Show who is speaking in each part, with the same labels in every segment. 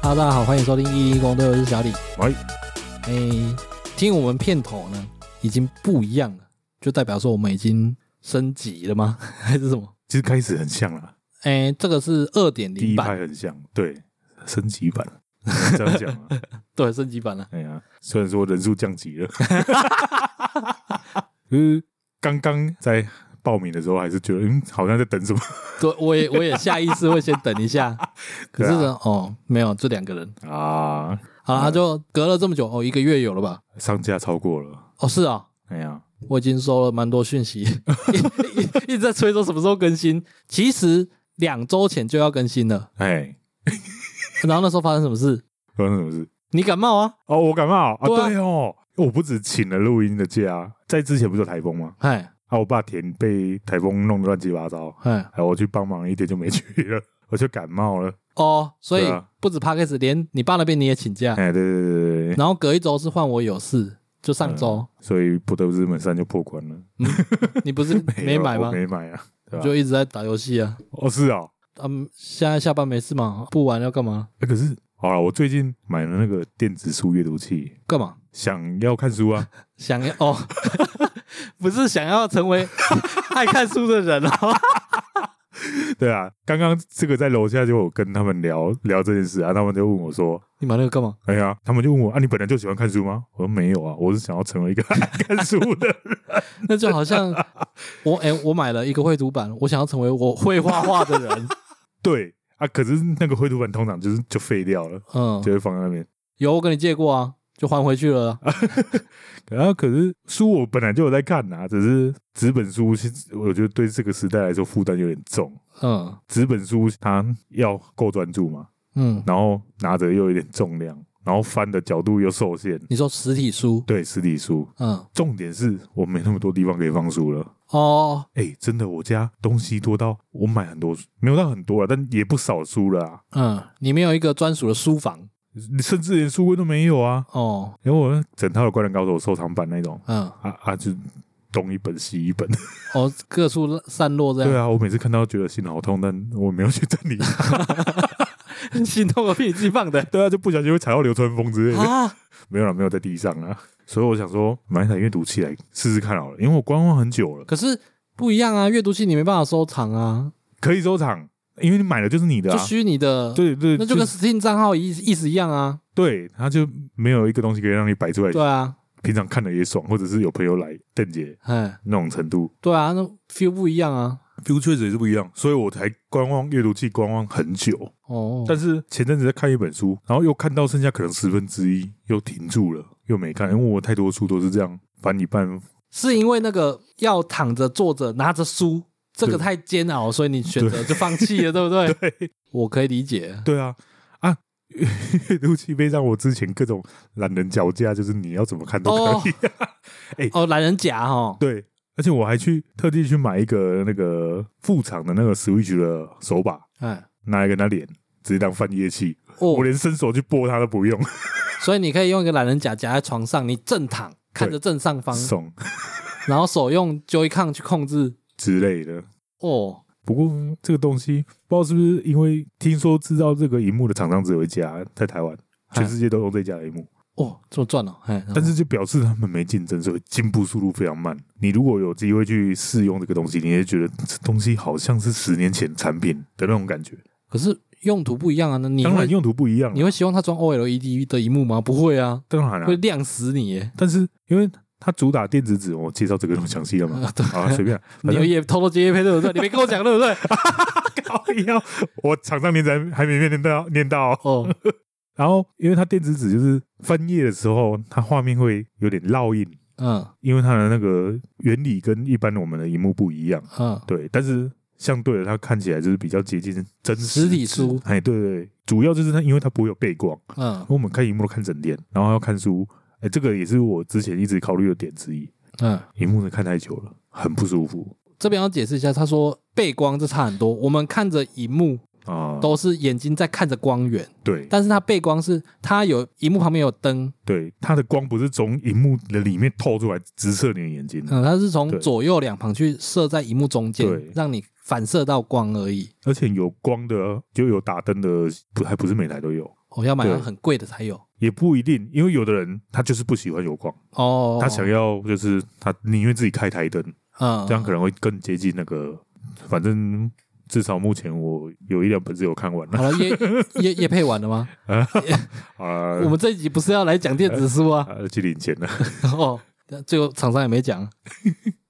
Speaker 1: 哈喽，大家好，欢迎收听一零一公队，我是小李。
Speaker 2: 喂，
Speaker 1: 哎、听我们片头呢，已经不一样了，就代表说我们已经升级了吗？ 还是什么？
Speaker 2: 其实开始很像啦，
Speaker 1: 哎、这个是二点
Speaker 2: 第
Speaker 1: 零
Speaker 2: 一
Speaker 1: 版，
Speaker 2: 拍很像，对，升级版 这样讲啊，
Speaker 1: 对，升级版了。
Speaker 2: 哎呀，虽然说人数降级了，
Speaker 1: 嗯，
Speaker 2: 刚刚在报名的时候还是觉得，嗯，好像在等什么
Speaker 1: 对，我也我也下意识会先等一下，可是
Speaker 2: 对
Speaker 1: 呢，哦，没有，这两个人，
Speaker 2: 啊，
Speaker 1: 好啦，
Speaker 2: 嗯
Speaker 1: 就隔了这么久，哦，一个月有了吧？
Speaker 2: 上架超过了，
Speaker 1: 哦，是啊，
Speaker 2: 哎呀，
Speaker 1: 我已经收了蛮多讯 息，一一一 直在催说什么时候更新。其实两周前就要更新了，
Speaker 2: 哎，
Speaker 1: 然后那时候发生什么事？
Speaker 2: 发生什么事？
Speaker 1: 你感冒啊？
Speaker 2: 哦，我感冒啊，
Speaker 1: 对啊
Speaker 2: 对哦，我不止请了录音的假，在之前不是有台风吗？
Speaker 1: 哎
Speaker 2: 啊，我爸田被台风弄得乱七八糟，
Speaker 1: 哎
Speaker 2: 哎，我去帮忙一天就没去了， 我就感冒了，
Speaker 1: 哦，所以
Speaker 2: 对啊
Speaker 1: 不止 p a c k a g e 连你爸那边你也请假，
Speaker 2: 哎，对对对对对，
Speaker 1: 然后隔一周是换我有事，就上周
Speaker 2: 所以不得不日本山就破关了。
Speaker 1: 你不是嗯 没
Speaker 2: 有
Speaker 1: 买
Speaker 2: 我
Speaker 1: 吗？
Speaker 2: 没买啊，对吧
Speaker 1: 就一直在打游戏啊。
Speaker 2: 哦是哦，
Speaker 1: 嗯，现在下班没事嘛？不玩要干嘛？
Speaker 2: 欸可是好了，我最近买了那个电子书阅读器，
Speaker 1: 干嘛？
Speaker 2: 想要看书啊，
Speaker 1: 想要 哦，不是想要成 为爱看书的人哦。
Speaker 2: 对啊，刚刚这个在楼下就有跟他们聊聊这件事啊，他们就问我说。
Speaker 1: 你买那个干嘛？
Speaker 2: 哎呀，他们就问我啊，你本来就喜欢看书吗？我说没有啊，我是想要成为一个 爱看书的 人。
Speaker 1: 那就好像我哎、我买了一个绘图板，我想要成为我会画画的 人。
Speaker 2: 对啊，可是那个绘图板通常就是就废掉了，
Speaker 1: 嗯
Speaker 2: 就，会放在那边。
Speaker 1: 有我跟你借过啊，就还回去了啊。
Speaker 2: 然后可是书我本来就有在看啊，只是纸本书，其实我觉得对这个时代来说负担有点重。
Speaker 1: 嗯
Speaker 2: 纸本书它要够专注嘛，
Speaker 1: 嗯，
Speaker 2: 然后拿着又有点重量，然后翻的角度又受限。
Speaker 1: 你说实体书？
Speaker 2: 对，实体书，
Speaker 1: 嗯
Speaker 2: 重点是我没那么多地方可以放书了。
Speaker 1: 哦
Speaker 2: 哎，真的，我家东西多到我买很多书，没有到很多了，但也不少书了啊，
Speaker 1: 嗯，你没有一个专属的书房
Speaker 2: 甚至连书柜都没有啊。
Speaker 1: 哦
Speaker 2: 因为我整套的《灌篮高手》收藏版那种，
Speaker 1: 嗯
Speaker 2: 啊啊，就东一本西一本。
Speaker 1: 哦，各处散落这
Speaker 2: 对
Speaker 1: 样，
Speaker 2: 啊，我每次看到觉得心好痛，但我没有去整理。
Speaker 1: 啊心痛的比你自己放的
Speaker 2: 对啊，就不小心会踩到流川枫之类的。
Speaker 1: 啊。
Speaker 2: 没有了，没有在地上啊。所以我想说，买一台阅读器来试试看好了，因为我观望很久了，
Speaker 1: 可是不一样啊，阅读器你没办法收藏啊，
Speaker 2: 可以收藏，因为你买的就是你的
Speaker 1: 就
Speaker 2: 啊。
Speaker 1: 虚拟的，
Speaker 2: 对对，
Speaker 1: 那就跟
Speaker 2: 是
Speaker 1: Steam 账号意意思一样啊。
Speaker 2: 对，它就没有一个东西可以让你摆出来，
Speaker 1: 对啊，
Speaker 2: 平常看的也爽，或者是有朋友来邓姐
Speaker 1: 哎，
Speaker 2: 那种程度
Speaker 1: 对啊，那 feel 不一样啊。
Speaker 2: ，feel 确实也是不一样，所以我才观望阅读器观望很久。
Speaker 1: 哦，
Speaker 2: 但是前阵子在看一本书，然后又看到剩下可能十分之一，又停住了，又没看，因为我太多书都是这样翻一半，
Speaker 1: 是因为那个要躺着、坐着、拿着书，这个
Speaker 2: 对
Speaker 1: 太煎熬，所以你选择就放弃了，对不 对？
Speaker 2: 对。
Speaker 1: 我可以理解。
Speaker 2: 对啊，啊， 阅读器杯让我之前各种懒人脚架，就是你要怎么看都可以。
Speaker 1: 哦，懒人甲哈，
Speaker 2: 对，而且我还去特地去买一个那个副厂的那个 Switch 的手把，
Speaker 1: 哎，
Speaker 2: 拿来跟他连，直接当翻页器，
Speaker 1: 哦
Speaker 2: 我，连伸手去拨它都不用，
Speaker 1: 所以你可以用一个懒人甲夹在床上，你正躺看着正上方，
Speaker 2: 爽
Speaker 1: 然后手用 Joy-Con 去控制。
Speaker 2: 之类的。
Speaker 1: 哦，
Speaker 2: 不过这个东西不知道是不是因为听说制造这个荧幕的厂商只有一家，在台湾，全世界都用这家荧幕。
Speaker 1: 哦，这么赚哦，哎，
Speaker 2: 但是就表示他们没竞争，所以进步速度非常慢。你如果有机会去试用这个东西，你也觉得这东西好像是十年前产品的那种感觉。
Speaker 1: 可是用途不一样啊，那你
Speaker 2: 当然
Speaker 1: 会
Speaker 2: 用途不一样啊
Speaker 1: 你，会希望它装 OLED 的荧幕吗？不会啊，
Speaker 2: 当然了、
Speaker 1: 会亮死你耶。
Speaker 2: 但是因为它主打电子纸，我介绍这个那么详细了嘛？好啊，随便啊，
Speaker 1: 你
Speaker 2: 反正
Speaker 1: 也偷偷接业配对不对？你没跟我讲对不 对？
Speaker 2: 靠腰我厂商连载还没念到念到哦、
Speaker 1: 哦，
Speaker 2: 然后 因为它电子纸就是翻页的时候，它画面会有点烙印，
Speaker 1: 嗯
Speaker 2: 因为它的那个原理跟一般我们的荧幕不一样。
Speaker 1: 嗯，
Speaker 2: 对，但是相对的，它看起来就是比较接近真实
Speaker 1: 实体书
Speaker 2: 哎，对对对，主要就是它，因为它不会有背光，
Speaker 1: 嗯
Speaker 2: 我们看荧幕都看整天，然后要看书，哎，这个也是我之前一直考虑的点之一。
Speaker 1: 嗯，
Speaker 2: 荧幕呢看太久了，很不舒服
Speaker 1: 这边要解释一下，他说背光这差很多。我们看着荧幕
Speaker 2: 啊。
Speaker 1: 都是眼睛在看着光源，
Speaker 2: 对
Speaker 1: 但是它背光是它有荧幕旁边有灯，
Speaker 2: 对，它的光不是从荧幕的里面透出来直射你的眼睛，
Speaker 1: 嗯，它是从
Speaker 2: 对
Speaker 1: 左右两旁去射在荧幕中间
Speaker 2: 对，
Speaker 1: 让你反射到光而已。
Speaker 2: 而且有光的就有打灯的，不还不是每台都有。
Speaker 1: 我哦要买
Speaker 2: 对
Speaker 1: 它很贵的才有
Speaker 2: 也不一定，因为有的人他就是不喜欢油光，
Speaker 1: 哦。
Speaker 2: 他想要就是他宁愿自己开台灯，
Speaker 1: 嗯，
Speaker 2: 这样可能会更接近那个。反正至少目前我有一两本是有看完了
Speaker 1: 好了，也也也配完了吗？
Speaker 2: 啊，
Speaker 1: 哦我们这一集不是要来讲电子书 啊？
Speaker 2: 啊去领 钱了。
Speaker 1: 哦，最后厂商也没讲。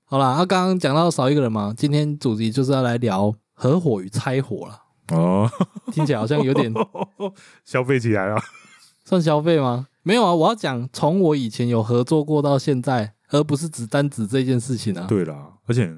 Speaker 1: 好啦，他刚刚讲到少一个人嘛，今天主题就是要来聊合伙与拆伙了，
Speaker 2: 哦，
Speaker 1: 听起来好像有 点
Speaker 2: 消费起
Speaker 1: 哦
Speaker 2: 来了。啊
Speaker 1: 算消费吗？没有啊，我要讲从我以前有合作过到现在，而不是只单指这件事情啊。
Speaker 2: 对啦，而且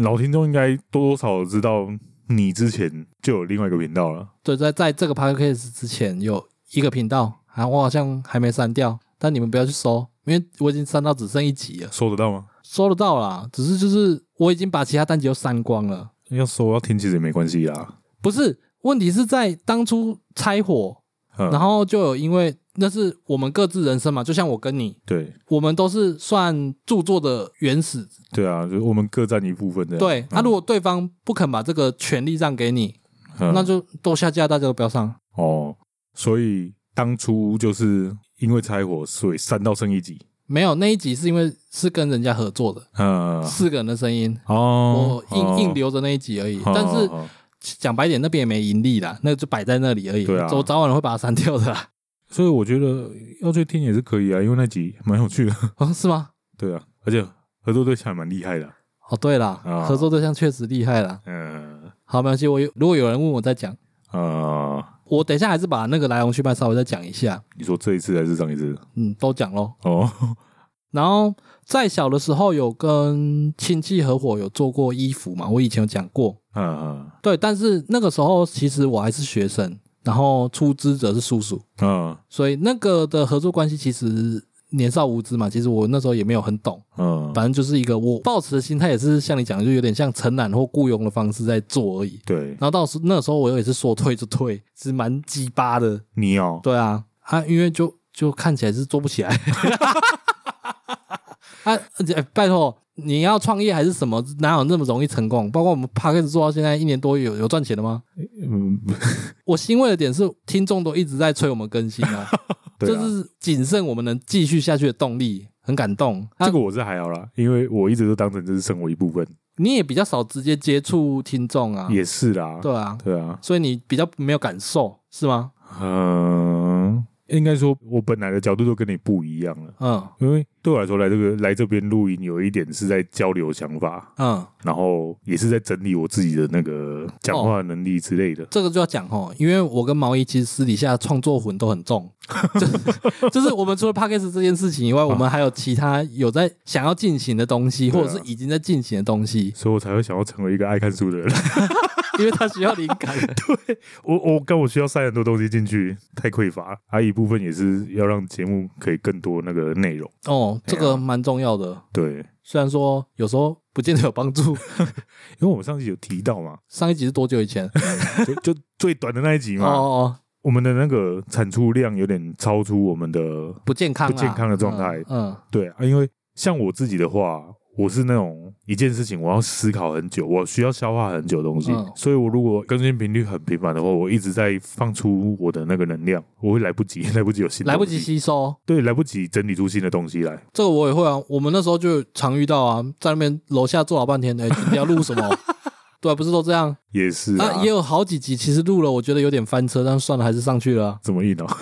Speaker 2: 老听众应该多多少少知道，你之前就有另外一个频道了。
Speaker 1: 对，在在这个 podcast 之前有一个频道啊，我好像还没删掉，但你们不要去搜，因为我已经删到只剩一集了，
Speaker 2: 收得到吗？
Speaker 1: 搜得到啦，只是就是我已经把其他单集都删光了。
Speaker 2: 要收要听其实也没关系啦。
Speaker 1: 不是，问题是在当初拆伙，
Speaker 2: 嗯、
Speaker 1: 然后就有因为那是我们各自人生嘛，就像我跟你，
Speaker 2: 对
Speaker 1: 我们都是算著作的原始，
Speaker 2: 对啊，就我们各占一部分的。
Speaker 1: 对。那、
Speaker 2: 嗯
Speaker 1: 如果对方不肯把这个权利让给你，
Speaker 2: 嗯
Speaker 1: 那就都下架，大家都不要上。
Speaker 2: 哦，所以当初就是因为拆伙，所以删到剩一集。
Speaker 1: 没有那一集是因为是跟人家合作的，
Speaker 2: 嗯，
Speaker 1: 四个人的声音，
Speaker 2: 哦
Speaker 1: 我，硬硬
Speaker 2: 流，
Speaker 1: 留着那一集而已。
Speaker 2: 哦
Speaker 1: 但是
Speaker 2: 哦
Speaker 1: 讲白点，那边也没盈利啦，那就摆在那里而已。
Speaker 2: 对啊
Speaker 1: 我早晚会把它删掉的啊啦。
Speaker 2: 所以我觉得要去听也是可以啊，因为那集蛮有趣的。
Speaker 1: 哦，是吗？
Speaker 2: 对啊，而且合作对象还蛮厉害的啊。
Speaker 1: 哦，对啦，
Speaker 2: 啊
Speaker 1: 合作对象确实厉害啦。
Speaker 2: 嗯
Speaker 1: 好，没关系，我有如果有人问我再讲，
Speaker 2: 啊，
Speaker 1: 我等一下还是把那个来龙去脉稍微再讲一下，
Speaker 2: 你说这一次还是上一次？
Speaker 1: 嗯，都讲咯。
Speaker 2: 哦，
Speaker 1: 然后在小的时候有跟亲戚合伙有做过衣服嘛，我以前有讲过，
Speaker 2: 啊啊
Speaker 1: 对，但是那个时候其实我还是学生，然后出资者是叔叔，
Speaker 2: 啊
Speaker 1: 所以那个的合作关系其实年少无知嘛，其实我那时候也没有很懂，
Speaker 2: 啊！
Speaker 1: 反正就是一个我抱持的心态也是像你讲的，就有点像承揽或雇佣的方式在做而已。
Speaker 2: 对，
Speaker 1: 然后到时那时候我也是说退就退，是蛮鸡巴的，
Speaker 2: 你哦，
Speaker 1: 对啊，啊，因为就就看起来是做不起来， 啊，而且、哎拜托。你要创业还是什么？哪有那么容易成功？包括我们 p a c a s 做到现在一年多有，有赚钱的吗？
Speaker 2: 嗯，
Speaker 1: 我欣慰的点是，听众都一直在催我们更新 啊，
Speaker 2: 对
Speaker 1: 这
Speaker 2: 啊，
Speaker 1: 是谨慎我们能继续下去的动力，很感动。啊、
Speaker 2: 这个我是还好啦，因为我一直都当成这是生活一部分，
Speaker 1: 你也比较少直接接触听众啊，
Speaker 2: 也是啦，
Speaker 1: 对啊，
Speaker 2: 对啊，
Speaker 1: 所以你比较没有感受是吗？
Speaker 2: 嗯，应该说我本来的角度都跟你不一样了。
Speaker 1: 嗯
Speaker 2: 因为对我来说，来这个来这边录音，有一点是在交流想法，
Speaker 1: 嗯，
Speaker 2: 然后也是在整理我自己的那个讲
Speaker 1: 哦
Speaker 2: 话能力之类的。
Speaker 1: 这个就要讲哦，因为我跟毛衣其实私底下创作魂都很重， 就是就是我们除了 p a c k a g e 这件事情以外，我们还有其他有在想要进行的东西，
Speaker 2: 对啊
Speaker 1: 或者是已经在进行的东西，
Speaker 2: 所以我才会想要成为一个爱看书的人。
Speaker 1: 因为它需要灵感。
Speaker 2: 啊我我跟我需要塞很多东西进去，太匮乏了。啊还有一部分也是要让节目可以更多那个内容。
Speaker 1: 哦，这
Speaker 2: 对
Speaker 1: 个
Speaker 2: 啊
Speaker 1: 蛮重要的，
Speaker 2: 对，
Speaker 1: 虽然说有时候不见得有帮助。
Speaker 2: 因为我们上期有提到嘛，
Speaker 1: 上一集是多久以前？
Speaker 2: 就就最短的那一集
Speaker 1: 哦
Speaker 2: 嘛，
Speaker 1: 哦，
Speaker 2: 我们的那个产出量有点超出我们的
Speaker 1: 不健康啊，
Speaker 2: 不健康的状态
Speaker 1: 嗯。嗯，
Speaker 2: 对啊，因为像我自己的话，我是那种一件事情我要思考很久，我需要消化很久的东西，
Speaker 1: 嗯
Speaker 2: 所以我如果更新频率很频繁的话，我一直在放出我的那个能量，我会来不及， 来不及有新的
Speaker 1: 来不
Speaker 2: 东
Speaker 1: 及吸
Speaker 2: 西，
Speaker 1: 收，
Speaker 2: 对，来不及整理出新的东西来。
Speaker 1: 这个我也会啊。我们那时候就常遇到啊，在那边楼下坐老半天，哎，你要录什 么？对啊，不是都这样？
Speaker 2: 也是啊，
Speaker 1: 啊，也有好几集其实录了，我觉得有点翻车，但算了，还是上去了啊。
Speaker 2: 怎么硬哦？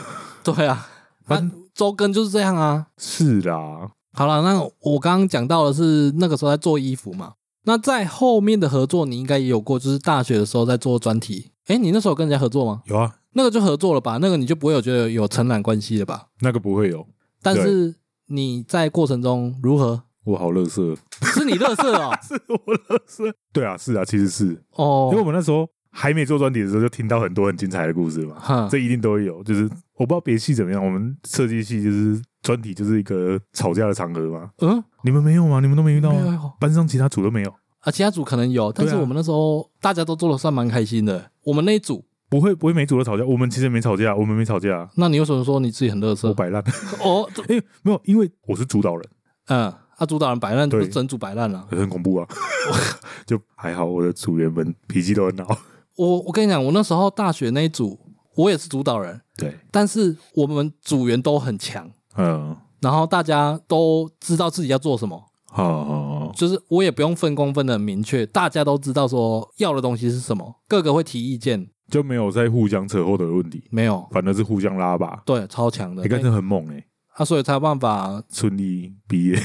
Speaker 1: 对啊，那周更就是这样啊。
Speaker 2: 是啦，
Speaker 1: 好了，那我刚刚讲到的是那个时候在做衣服嘛。那在后面的合作，你应该也有过，就是大学的时候在做专题。哎，你那时候有跟人家合作吗？
Speaker 2: 有啊，
Speaker 1: 那个就合作了吧，那个你就不会有觉得有承揽关系了吧？
Speaker 2: 那个不会有，
Speaker 1: 但是你在过程中如何？
Speaker 2: 我好乐色，
Speaker 1: 是你乐色 哦，
Speaker 2: 是我乐色。对啊，是啊，其实是、因为
Speaker 1: 哦，
Speaker 2: 我们那时候还没做专题的时候，就听到很多很精彩的故事嘛。
Speaker 1: 哼
Speaker 2: 这一定都会有，就是我不知道别系怎么样，我们设计系就是专题就是一个吵架的场合嘛。
Speaker 1: 嗯，
Speaker 2: 你们没有吗？你们都没遇到
Speaker 1: 没
Speaker 2: 吗？
Speaker 1: 有
Speaker 2: 班上其他组都没有，
Speaker 1: 啊，其他组可能有，但是
Speaker 2: 对啊
Speaker 1: 我们那时候大家都做的算蛮开心的。我们那一组，
Speaker 2: 不会不会每组都吵架。我们其实没吵架，我们没吵架，
Speaker 1: 那你为什么说你自己很乐
Speaker 2: 我
Speaker 1: 色？
Speaker 2: 摆烂。
Speaker 1: 哦，这
Speaker 2: 哎、没有，因为我是主导人，
Speaker 1: 嗯，啊，主导人摆烂，不
Speaker 2: 对
Speaker 1: 是整组摆烂了。
Speaker 2: 很恐怖啊。 就还好，我的组员们脾气都很好。
Speaker 1: 我我跟你讲，我那时候大学那一组，我也是主导人，
Speaker 2: 对，
Speaker 1: 但是我们组员都很强，
Speaker 2: 嗯，
Speaker 1: 然后大家都知道自己要做什么，
Speaker 2: 好好好，
Speaker 1: 就是我也不用分工分的很明确，大家都知道说要的东西是什么，各个会提意见，
Speaker 2: 就没有在互相扯后腿的问题，
Speaker 1: 没有，
Speaker 2: 反而是互相拉吧。
Speaker 1: 对，超强的
Speaker 2: 你，看这很猛哎、欸，
Speaker 1: 啊，所以才有办法
Speaker 2: 顺利毕业，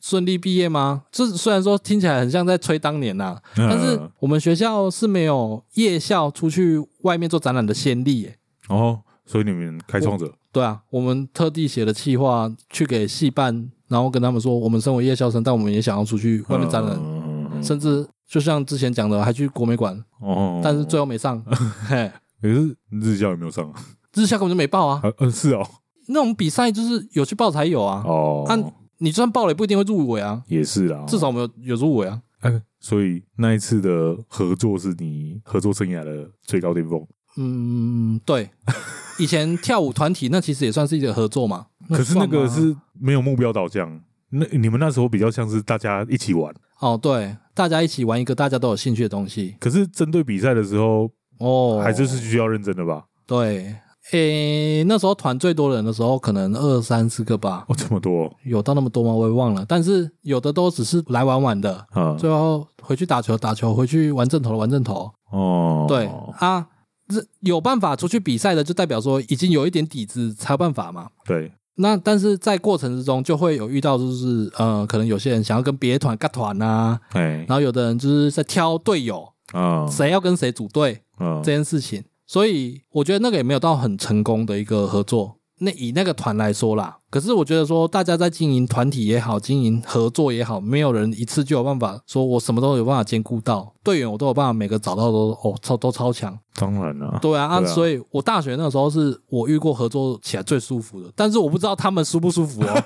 Speaker 1: 顺利毕业吗？这虽然说听起来很像在吹当年呐、但是
Speaker 2: 嗯
Speaker 1: 我们学校是没有夜校出去外面做展览的先例耶、
Speaker 2: 哦，所以你们开创者
Speaker 1: 对啊，我们特地写的企划去给系办，然后跟他们说，我们身为夜校生，但我们也想要出去外面展览，
Speaker 2: 嗯嗯嗯嗯
Speaker 1: 甚至就像之前讲的，还去国美馆，
Speaker 2: 哦，
Speaker 1: 但是最后没 上。嘿，
Speaker 2: 可是日校有没有上 啊？
Speaker 1: 日校根本就没报啊，
Speaker 2: 呃，是哦，
Speaker 1: 那种比赛就是有去报才有啊。
Speaker 2: 哦，
Speaker 1: 啊你就算报了，也不一定会入围啊。
Speaker 2: 也是啦，
Speaker 1: 至少我们有有入围啊。
Speaker 2: 哎，所以那一次的合作是你合作生涯的最高巅峰。
Speaker 1: 嗯，对。 以前跳舞团体那其实也算是一个合作嘛。
Speaker 2: 可是那个
Speaker 1: 算吗
Speaker 2: 是没有目标导向，那你们那时候比较像是大家一起玩。
Speaker 1: 哦，对，大家一起玩一个大家都有兴趣的东西
Speaker 2: 可是针对比赛的时候，
Speaker 1: 哦，
Speaker 2: 还是是需要认真的吧？
Speaker 1: 对。诶，那时候团最多人的时候，可能二三十个吧，
Speaker 2: 哦，这么多
Speaker 1: 有到那么多吗？我也忘了。但是有的都只是来玩玩的，
Speaker 2: 啊！
Speaker 1: 最后回去打球打球，回去玩正头的玩正头。
Speaker 2: 哦，
Speaker 1: 对啊，这有办法出去比赛的，就代表说已经有一点底子才有办法嘛。
Speaker 2: 对，
Speaker 1: 那但是在过程之中，就会有遇到就是呃，可能有些人想要跟别的团尬团啊，
Speaker 2: 哎
Speaker 1: 然后有的人就是在挑队友，
Speaker 2: 啊
Speaker 1: 谁要跟谁组队，
Speaker 2: 啊
Speaker 1: 这，件事情，所以我觉得那个也没有到很成功的一个合作。那以那个团来说啦，可是我觉得说大家在经营团体也好，经营合作也好，没有人一次就有办法说我什么都有办法兼顾到，队员我都有办法每个找到都哦超都超强，
Speaker 2: 当然啦，
Speaker 1: 对啊啊，
Speaker 2: 对啊
Speaker 1: 所以我大学那时候是我遇过合作起来最舒服的，但是我不知道他们舒不舒服哦，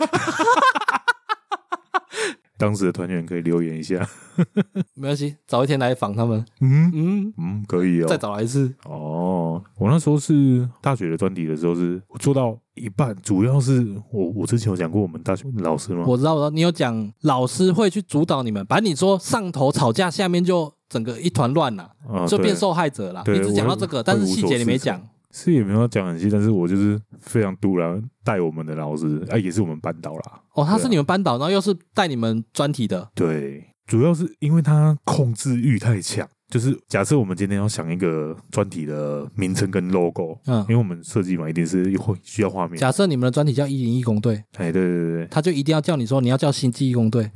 Speaker 2: 当时的团员可以留言一下，
Speaker 1: 没关系，早一天来访他们，
Speaker 2: 嗯
Speaker 1: 嗯，
Speaker 2: 嗯，可以哦，
Speaker 1: 再找来一次，
Speaker 2: 哦，我那时候是大学的专题的时候是，我做到一半，主要是我我之前有讲过我们大学老师吗？
Speaker 1: 我知道，我知道，你有讲老师会去主导你们，把你说上头吵架，下面就整个一团乱了，
Speaker 2: 啊
Speaker 1: 就变
Speaker 2: 对
Speaker 1: 受害者了。
Speaker 2: 对
Speaker 1: 你只讲到这
Speaker 2: 我
Speaker 1: 个，但是细节你没
Speaker 2: 我
Speaker 1: 讲。
Speaker 2: 是也没有讲很细，但是我就是非常突然带我们的老师，啊，也是我们班导啦。
Speaker 1: 哦，他是
Speaker 2: 对啊
Speaker 1: 你们班导，然后又是带你们专题的，
Speaker 2: 对，主要是因为他控制欲太强。就是假设我们今天要想一个专题的名称跟 logo，
Speaker 1: 嗯
Speaker 2: 因。为我们设计嘛，一定是会需要画面。
Speaker 1: 假设你们的专题叫一零一工队，
Speaker 2: 哎，对对对
Speaker 1: 他就一定要叫你说你要叫星际义工 队，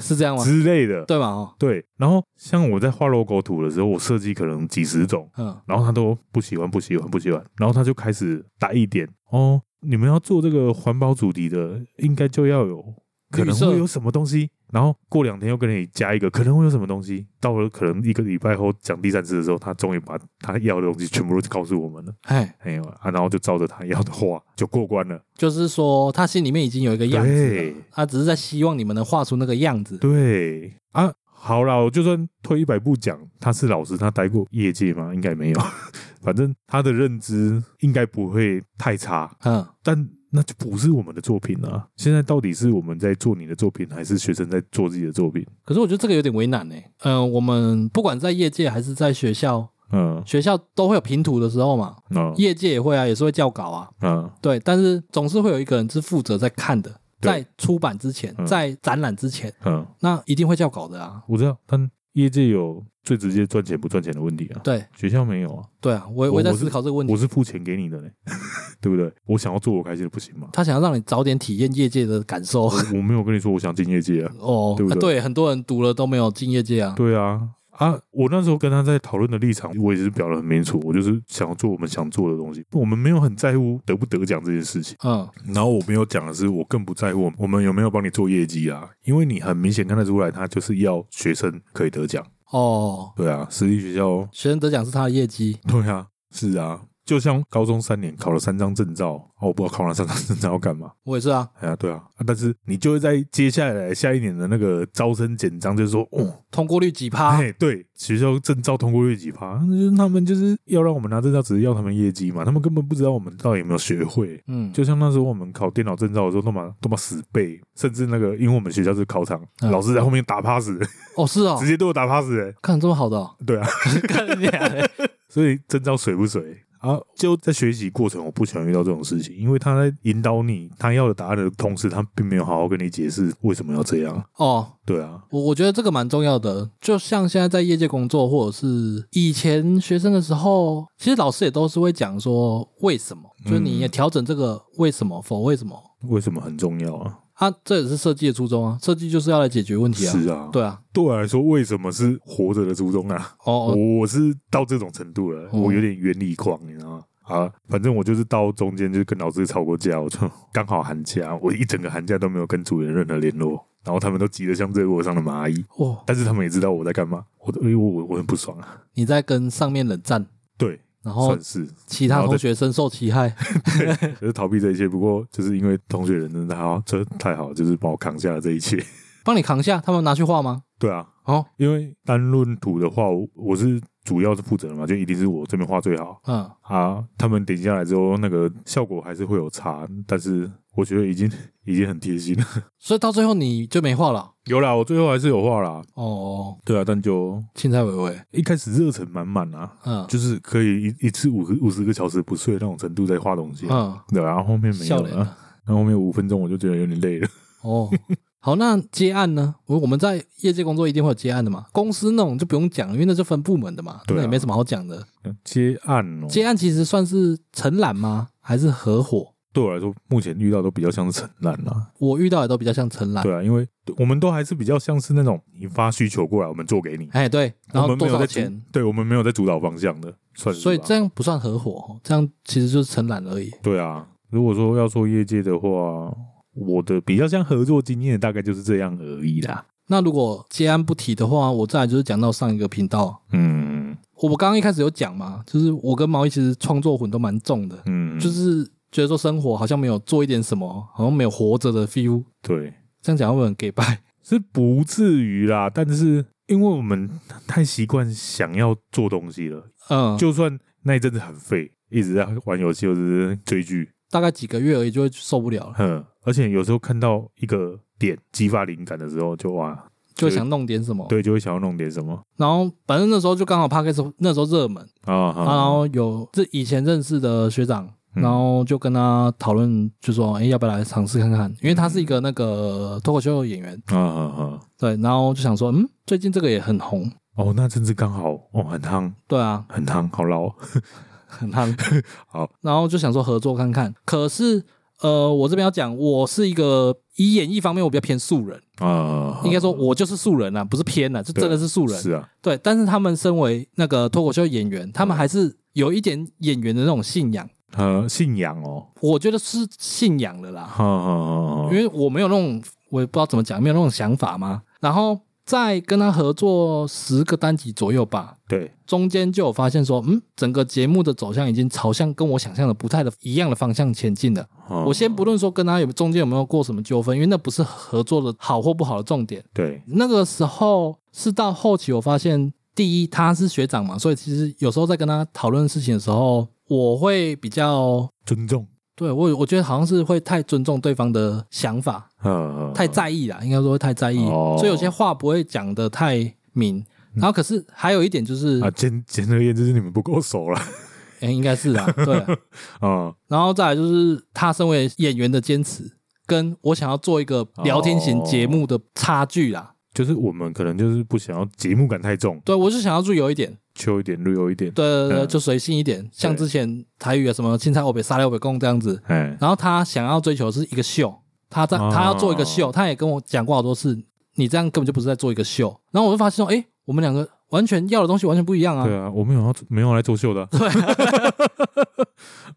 Speaker 1: 是这样
Speaker 2: 对，
Speaker 1: 吗？
Speaker 2: 之类的。
Speaker 1: 对嘛？哦，
Speaker 2: 对，然后像我在画 logo 图的时候，我设计可能几十种，
Speaker 1: 嗯，
Speaker 2: 然后他都不喜欢，不喜欢，不喜欢，然后他就开始打一点哦，你们要做这个环保主题的，应该就要有可能
Speaker 1: 绿色
Speaker 2: 会有什么东西，然后过两天又跟你加一个可能会有什么东西，到了可能一个礼拜后讲第三次的时候，他终于把他要的东西全部都告诉我们了，
Speaker 1: 哎，
Speaker 2: 哎呦啊，然后就照着他要的画就过关了，
Speaker 1: 就是说他心里面已经有一个样子了
Speaker 2: 哎对，
Speaker 1: 他只是在希望你们能画出那个样子。
Speaker 2: 对啊。好啦，我就算退一百步讲，他是老师，他待过业界吗？应该没有， 反正他的认知应该不会太差。
Speaker 1: 嗯，
Speaker 2: 但那就不是我们的作品啊！现在到底是我们在做你的作品，还是学生在做自己的作品？
Speaker 1: 可是我觉得这个有点为难呢。嗯，我们不管在业界还是在学校，
Speaker 2: 嗯，
Speaker 1: 学校都会有评图的时候嘛，
Speaker 2: 嗯，
Speaker 1: 业界也会啊，也是会校稿啊，
Speaker 2: 嗯，
Speaker 1: 对，但是总是会有一个人是负责在看的，
Speaker 2: 对
Speaker 1: 在出版之前，
Speaker 2: 嗯
Speaker 1: 在展览之前，
Speaker 2: 嗯，
Speaker 1: 那一定会校稿的啊，
Speaker 2: 我知道，但业界有最直接赚钱不赚钱的问题啊，
Speaker 1: 对
Speaker 2: 学校没有啊，
Speaker 1: 对啊，我也
Speaker 2: 我
Speaker 1: 我也在
Speaker 2: 我是
Speaker 1: 思考这个问题
Speaker 2: 我，是付钱给你的呢， 对不对？我想要做我开心的，不行吗？
Speaker 1: 他想要让你早点体验业界的感受
Speaker 2: 我没有跟你说我想进业界啊，
Speaker 1: 哦，
Speaker 2: 对不
Speaker 1: 啊
Speaker 2: 对
Speaker 1: 对，很多人读了都没有进业界啊，
Speaker 2: 对啊。啊！我那时候跟他在讨论的立场，我也是表得很明楚，我就是想要做我们想做的东西，我们没有很在乎得不得奖这件事情。
Speaker 1: 嗯，
Speaker 2: 然后我没有讲的是，我更不在乎我们有没有帮你做业绩啊，因为你很明显看得出来，他就是要学生可以得奖。
Speaker 1: 哦，
Speaker 2: 对啊，私立学校，
Speaker 1: 学生得奖是他的业绩，
Speaker 2: 对啊，是啊，就像高中三年考了三张证照，哦，我不知道考了三张证照要干嘛。
Speaker 1: 我也是啊，
Speaker 2: 哎呀，对啊，啊但是你就会在接下来下一年的那个招生简章，就是说，哦，
Speaker 1: 通过率几趴，
Speaker 2: 哎、对，学校证照通过率几趴，就是他们就是要让我们拿证照，只是要他们业绩嘛，他们根本不知道我们到底有没有学会。
Speaker 1: 嗯，
Speaker 2: 就像那时候我们考电脑证照的时候，都嘛都嘛死背，甚至那个因为我们学校是考场，
Speaker 1: 嗯
Speaker 2: 老师在后面打 pass，、
Speaker 1: 哦是哦
Speaker 2: 直，接对我打 pass 哎、
Speaker 1: 看得这么好的哦，
Speaker 2: 对啊，
Speaker 1: 看你俩嘞
Speaker 2: 所以证照水不水啊？啊，就在学习过程，我不喜欢遇到这种事情，因为他在引导你他要的答案的同时，他并没有好好跟你解释为什么要这样。
Speaker 1: 哦，
Speaker 2: 对啊，
Speaker 1: 我我觉得这个蛮重要的，就像现在在业界工作，或者是以前学生的时候，其实老师也都是会讲说为什么，就是
Speaker 2: 嗯
Speaker 1: 你也调整这个为什么否为什么
Speaker 2: 为什么很重要啊？
Speaker 1: 啊，这也是设计的初衷啊，设计就是要来解决问题啊，
Speaker 2: 是啊，
Speaker 1: 对啊，
Speaker 2: 对我来说，为什么是活着的初衷啊？
Speaker 1: 哦哦
Speaker 2: 我是到这种程度了，
Speaker 1: 嗯
Speaker 2: 我有点原理狂，你知道吗？啊，反正我就是到中间就是跟老师吵过架，我就刚好寒假， 我一整个寒假都没有跟组员任何联络，然后他们都急得像热锅上的蚂蚁，
Speaker 1: 哦，
Speaker 2: 但是他们也知道我在干嘛，我因为我我很不爽啊，
Speaker 1: 你在跟上面冷战，
Speaker 2: 对，
Speaker 1: 然后
Speaker 2: 算是
Speaker 1: 其他同学深受其害，
Speaker 2: 就是逃避这一切，不过就是因为同学人真的太好，真的太好，就是帮我扛下了这一切，
Speaker 1: 帮你扛下，他们拿去画吗？
Speaker 2: 对啊，
Speaker 1: 哦，
Speaker 2: 因为单论图的话，我我是主要是负责人嘛，就一定是我这边画最好，
Speaker 1: 嗯，
Speaker 2: 啊，他们顶下来之后，那个效果还是会有差，但是我觉得已经已经很贴心了。
Speaker 1: 所以到最后你就没画了
Speaker 2: 有啦，我最后还是有画啦。
Speaker 1: 哦哦，
Speaker 2: 对啊，但就
Speaker 1: 青菜微微，
Speaker 2: 一开始热忱满满啊，
Speaker 1: 嗯
Speaker 2: 就是可以一一次五五十个小时不睡那种程度在画东西。
Speaker 1: 嗯，
Speaker 2: 对啊，然后后面没有
Speaker 1: 笑脸
Speaker 2: 了，然后后面五分钟我就觉得有点累了。
Speaker 1: 哦，好，那接案呢？我我们在业界工作一定会有接案的嘛，公司那种就不用讲，因为那就分部门的嘛，
Speaker 2: 对啊
Speaker 1: 那也没什么好讲的。
Speaker 2: 接案哦，
Speaker 1: 接案其实算是承揽吗？还是合伙？
Speaker 2: 对我来说，目前遇到都比较像是承揽啦。
Speaker 1: 我遇到也都比较像承揽。
Speaker 2: 对啊，因为我们都还是比较像是那种你发需求过来，我们做给你，
Speaker 1: 哎，对，然
Speaker 2: 我
Speaker 1: 后
Speaker 2: 们没
Speaker 1: 多
Speaker 2: 有在啊
Speaker 1: 少
Speaker 2: 主
Speaker 1: 钱？？
Speaker 2: 对，我们没有在主导方向的，算是吧。
Speaker 1: 所以这样不算合伙哦，这样其实就是承揽而已。
Speaker 2: 对啊，如果说要说业界的话，我的比较像合作经验大概就是这样而已啦。
Speaker 1: 那如果接案不提的话，我再来就是讲到上一个频道，
Speaker 2: 嗯
Speaker 1: 我我刚刚一开始有讲嘛，就是我跟毛衣其实创作魂都蛮重的，
Speaker 2: 嗯，
Speaker 1: 就是觉得说生活好像没有做一点什么，好像没有活着的 feel。
Speaker 2: 对，
Speaker 1: 这样讲会不会很 gay 拜？
Speaker 2: 是不至于啦，但是因为我们太习惯想要做东西了，
Speaker 1: 嗯，
Speaker 2: 就算那一阵子很废，一直在玩游戏或者是追剧，
Speaker 1: 大概几个月而已，就会受不了了，
Speaker 2: 哼，而且有时候看到一个点激发灵感的时候，就哇，
Speaker 1: 就会想弄点什么。
Speaker 2: 对，就会想要弄点什么
Speaker 1: 然后反正那时候就刚好 p a c k a 那时候热门，然
Speaker 2: 啊，哈，
Speaker 1: 后有这以前认识的学长，
Speaker 2: 嗯
Speaker 1: 然后就跟他讨论，就说哎要不要来尝试看看？因为他是一个那
Speaker 2: 嗯
Speaker 1: 个脱口秀演员，
Speaker 2: 啊啊哈，
Speaker 1: 对，然后就想说嗯最近这个也很红，
Speaker 2: 哦，那真是刚好哦，很烫，
Speaker 1: 对啊，
Speaker 2: 很烫，好老哦，
Speaker 1: 很夯。
Speaker 2: 好，
Speaker 1: 然后就想说合作看看，可是。呃，我这边要讲，我是一个以演艺方面我比较偏素人，
Speaker 2: 啊，
Speaker 1: 应该说我就是素人啊，不是偏啊，就真的是素人。
Speaker 2: 是啊，
Speaker 1: 对，但是他们身为那个脱口秀演员，他们还是有一点演员的那种信仰，
Speaker 2: 呃，信仰哦，
Speaker 1: 我觉得是信仰了啦，
Speaker 2: 哈哈
Speaker 1: 因为我没有那种，我也不知道怎么讲，没有那种想法嘛。然后再跟他合作十个单集左右吧，
Speaker 2: 对，
Speaker 1: 中间就有发现说，嗯，整个节目的走向已经朝向跟我想象的不太的一样的方向前进了。
Speaker 2: 嗯
Speaker 1: 我先不论说跟他有中间有没有过什么纠纷，因为那不是合作的好或不好的重点。
Speaker 2: 对，
Speaker 1: 那个时候是到后期，我发现第一他是学长嘛，所以其实有时候在跟他讨论事情的时候，我会比较
Speaker 2: 尊重，
Speaker 1: 对我我觉得好像是会太尊重对方的想法，
Speaker 2: 呃，
Speaker 1: 太在意啦，应该说会太在意，
Speaker 2: 哦嗯
Speaker 1: 所以有些话不会讲的太明。然后可是还有一点就是，
Speaker 2: 啊，简简而言之，你们不够熟了
Speaker 1: 诶应该是啊，对啊。
Speaker 2: 啊，
Speaker 1: 然后再来就是他身为演员的坚持，跟我想要做一个聊天型
Speaker 2: 哦
Speaker 1: 节目的差距啦。
Speaker 2: 就是我们可能就是不想要节目感太重，
Speaker 1: 对我就想要自由一点，
Speaker 2: 秋一点，real 一点，
Speaker 1: 对对对，
Speaker 2: 嗯
Speaker 1: 就随性一点，像
Speaker 2: 对
Speaker 1: 之前台语啊什么青菜欧北沙料北贡这样子。
Speaker 2: 哎，
Speaker 1: 然后他想要追求的是一个秀，他在
Speaker 2: 哦
Speaker 1: 他要做一个秀，他也跟我讲过好多次，你这样根本就不是在做一个秀。然后我就发现说，哎，我们两个完全要的东西完全不一样啊。
Speaker 2: 对啊，我们有要没有来作秀 的啊，对，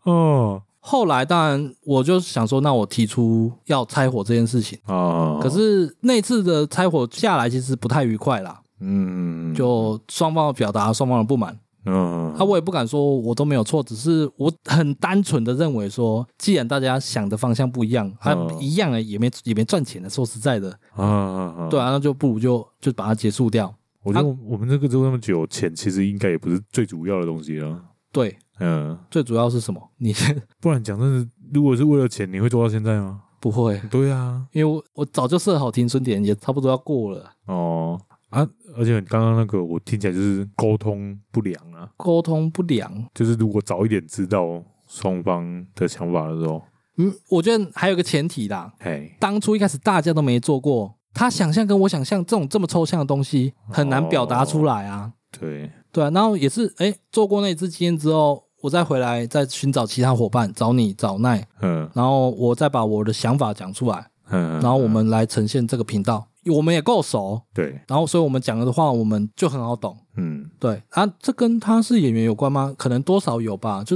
Speaker 2: 哦
Speaker 1: 后来当然我就想说，那我提出要拆伙这件事情。
Speaker 2: 啊，
Speaker 1: 可是那次的拆伙下来，其实不太愉快啦，
Speaker 2: 嗯，
Speaker 1: 就双方的表达双方的不满。
Speaker 2: 嗯
Speaker 1: 啊，我也不敢说我都没有错，只是我很单纯的认为说，既然大家想的方向不一样，啊
Speaker 2: 嗯，
Speaker 1: 一样啊，也没也没赚钱的。说实在的，
Speaker 2: 啊啊，
Speaker 1: 对啊，那就不如就就把它结束掉。
Speaker 2: 我觉得
Speaker 1: 啊
Speaker 2: 我我们这个做那么久，钱其实应该也不是最主要的东西啊，
Speaker 1: 对，
Speaker 2: 嗯，
Speaker 1: 最主要是什么？你
Speaker 2: 不然讲真的，如果是为了钱，你会做到现在吗？
Speaker 1: 不会，
Speaker 2: 对啊，
Speaker 1: 因为我我早就设好停损点，也差不多要过了。
Speaker 2: 哦啊，而且刚刚那个我听起来就是沟通不良啊，
Speaker 1: 沟通不良。
Speaker 2: 就是如果早一点知道双方的想法的时候，
Speaker 1: 嗯，我觉得还有一个前提啦，
Speaker 2: 嘿，
Speaker 1: 当初一开始大家都没做过，他想象跟我想象这种这么抽象的东西很难表达出来啊。
Speaker 2: 对，
Speaker 1: 对啊，然后也是哎，做过那一次经验之后，我再回来再寻找其他伙伴，找你找奈，
Speaker 2: 嗯
Speaker 1: 然后我再把我的想法讲出来，
Speaker 2: 嗯，
Speaker 1: 然后我们来呈现这个频道。我们也够熟，
Speaker 2: 对，
Speaker 1: 然后所以我们讲的话我们就很好懂。
Speaker 2: 嗯
Speaker 1: 对啊，这跟他是演员有关吗？可能多少有吧，就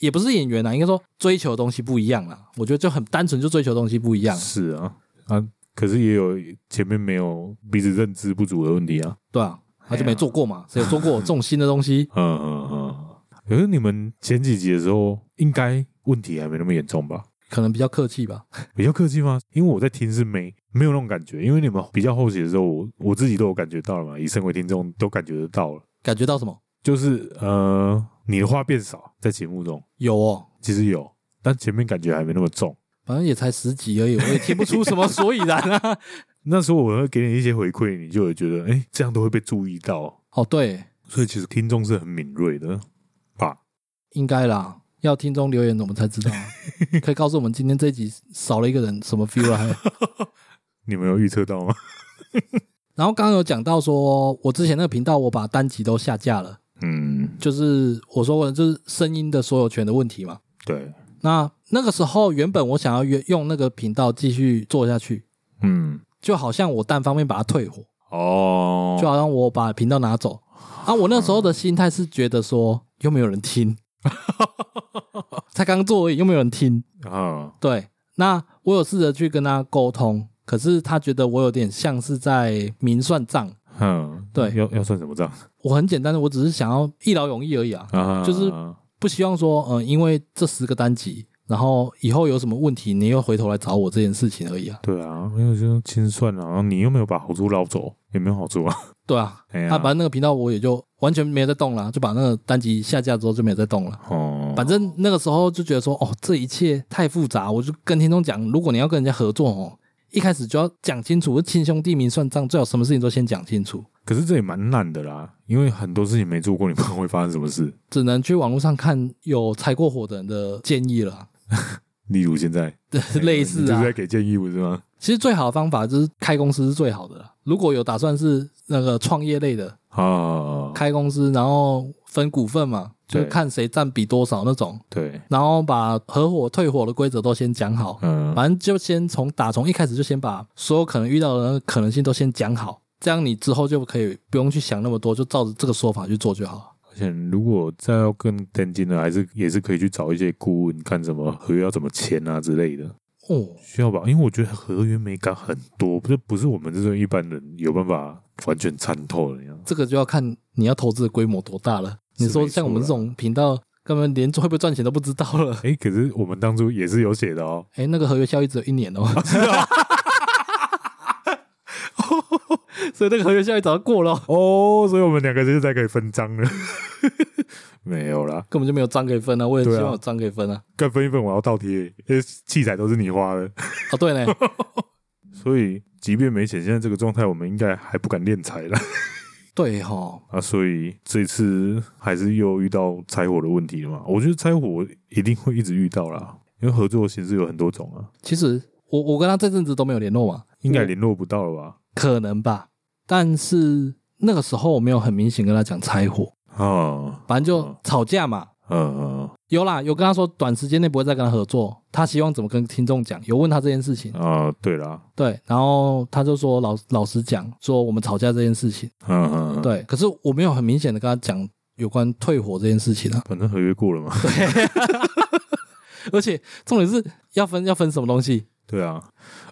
Speaker 1: 也不是演员啦，啊应该说追求的东西不一样啦。我觉得就很单纯，就追求的东西不一样，
Speaker 2: 是啊啊，可是也有前面没有彼此认知不足的问题啊，
Speaker 1: 对啊，他就
Speaker 2: 哎
Speaker 1: 没
Speaker 2: 呀
Speaker 1: 做过嘛，谁有做过这种新的东西？
Speaker 2: 嗯嗯嗯，可是你们前几集的时候应该问题还没那么严重吧？
Speaker 1: 可能比较客气吧。
Speaker 2: 比较客气吗？因为我在听是没没有那种感觉，因为你们比较后期的时候，我我自己都有感觉到了嘛，以身为听众都感觉得到了，
Speaker 1: 感觉到什么？
Speaker 2: 就是呃，你的话变少在节目中，
Speaker 1: 有哦，
Speaker 2: 其实有，但前面感觉还没那么重。
Speaker 1: 反正也才十集而已，我也听不出什么所以然啊。
Speaker 2: 那时候我会给你一些回馈，你就会觉得，哎、这样都会被注意到，
Speaker 1: 哦，对，
Speaker 2: 所以其实听众是很敏锐的吧？
Speaker 1: 应该啦。要听众留言，我们才知道 啊、可以告诉我们今天这一集少了一个人什么 feel 啊？还有
Speaker 2: 你们有预测到吗？
Speaker 1: 然后刚刚有讲到说，我之前那个频道我把单集都下架了，
Speaker 2: 嗯，
Speaker 1: 就是我说过的，就是声音的所有权的问题嘛。
Speaker 2: 对，
Speaker 1: 那那个时候原本我想要原用那个频道继续做下去，
Speaker 2: 嗯，
Speaker 1: 就好像我单方面把它退火，
Speaker 2: 哦，
Speaker 1: 就好像我把频道拿走啊。我那时候的心态是觉得说，又没有人 听，才刚做而已，又没有人听。
Speaker 2: 啊，
Speaker 1: 对，那我有试着去跟他沟通，可是他觉得我有点像是在明算账。
Speaker 2: 嗯，
Speaker 1: 对
Speaker 2: 要要算什么账
Speaker 1: 我很简单的，我只是想要一劳永逸而已啊，
Speaker 2: 啊？
Speaker 1: 就是不希望说，嗯、因为这十个单集，然后以后有什么问题，你又回头来找我这件事情而已啊。
Speaker 2: 对啊，因为我觉得清算啊，然后你又没有把好处捞走，也没有好处啊。
Speaker 1: 对啊，
Speaker 2: 哎呀
Speaker 1: 他把那个频道我也就完全没有再动了，就把那个单集下架之后就没有再动了。
Speaker 2: 哦，
Speaker 1: 反正那个时候就觉得说，哦，这一切太复杂。我就跟听众讲，如果你要跟人家合作哦，一开始就要讲清楚，亲兄弟明算账，最好什么事情都先讲清楚，
Speaker 2: 可是这也蛮烂的啦，因为很多事情没做过，你不知道会发生什么事。
Speaker 1: 只能去网络上看有踩过火的人的建议了，
Speaker 2: 例如现在
Speaker 1: 类
Speaker 2: 你
Speaker 1: 似
Speaker 2: 就是
Speaker 1: 啊
Speaker 2: 在。给建议，不是吗？
Speaker 1: 其实最好的方法就是开公司是最好的啦。如果有打算是那个创业类的，
Speaker 2: 啊，
Speaker 1: 开公司然后分股份嘛，就是
Speaker 2: 对
Speaker 1: 看谁占比多少那种，
Speaker 2: 对，
Speaker 1: 然后把合伙退伙的规则都先讲好，
Speaker 2: 嗯，
Speaker 1: 反正就先从打从一开始就先把所有可能遇到的那个可能性都先讲好，这样你之后就可以不用去想那么多，就照着这个说法去做就好了。
Speaker 2: 而且如果再要更登进的，还是也是可以去找一些顾问，看什么合约要怎么签啊之类的，
Speaker 1: 哦，
Speaker 2: 需要吧？因为我觉得合约美感很多，不是不是我们这种一般人有办法完全参透的呀。
Speaker 1: 这个就要看你要投资的规模多大了。
Speaker 2: 是
Speaker 1: 你说
Speaker 2: 没错
Speaker 1: 像我们这种频道，根本连会不会赚钱都不知道了。
Speaker 2: 哎，可是我们当初也是有写的哦，
Speaker 1: 哎，那个合约效益只有一年 哦，
Speaker 2: 啊
Speaker 1: 所以那个合约效益早就过了哦，
Speaker 2: 哦，所以我们两个现在可以分赃了。 没有啦，
Speaker 1: 根本就没有章可以分啊。我也希
Speaker 2: 对
Speaker 1: 望
Speaker 2: 啊
Speaker 1: 有章可以分啊。
Speaker 2: 干分一份我要倒贴，因为器材都是你花的，
Speaker 1: 哦，对 呢，
Speaker 2: 所以即便没钱，现在这个状态，我们应该还不敢练财了
Speaker 1: 对哈、哦，
Speaker 2: 啊。所以这次还是又遇到拆伙的问题了嘛？我觉得拆伙一定会一直遇到啦，因为合作的形式有很多种啊，
Speaker 1: 其实我我跟他这阵子都没有联络嘛，
Speaker 2: 应该
Speaker 1: 我
Speaker 2: 联络不到了吧？
Speaker 1: 可能吧，但是那个时候我没有很明显跟他讲拆伙，
Speaker 2: 啊，
Speaker 1: 反正就
Speaker 2: 嗯
Speaker 1: 吵架嘛。
Speaker 2: 嗯
Speaker 1: 有啦，有跟他说短时间内不会再跟他合作，他希望怎么跟听众讲，有问他这件事情，
Speaker 2: 啊，对啦，
Speaker 1: 对，然后他就说老老实讲，说我们吵架这件事情，
Speaker 2: 嗯嗯，，
Speaker 1: 对，可是我没有很明显的跟他讲有关退伙这件事情啊，
Speaker 2: 反正合约过了嘛。
Speaker 1: 而且重点是要分要分什么东西，
Speaker 2: 对啊，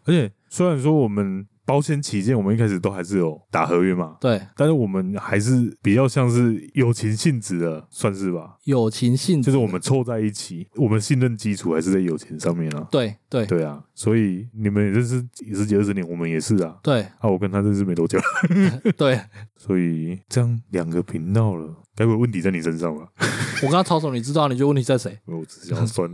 Speaker 2: 而且虽然说我们保险起见，我们一开始都还是有打合约嘛，
Speaker 1: 对，
Speaker 2: 但是我们还是比较像是友情性质的，算是吧？
Speaker 1: 友情性
Speaker 2: 就
Speaker 1: 质，
Speaker 2: 是我们凑在一起，我们信任基础还是在友情上面啊。
Speaker 1: 对对
Speaker 2: 对啊，所以你们也认识十几二十年，我们也是啊。
Speaker 1: 对
Speaker 2: 啊，我跟他认识没多久，
Speaker 1: 对，
Speaker 2: 所以这样两个频道了，该不会问题在你身上吧？
Speaker 1: 我跟他吵什么你知道，你就问题在谁，
Speaker 2: 我只想酸。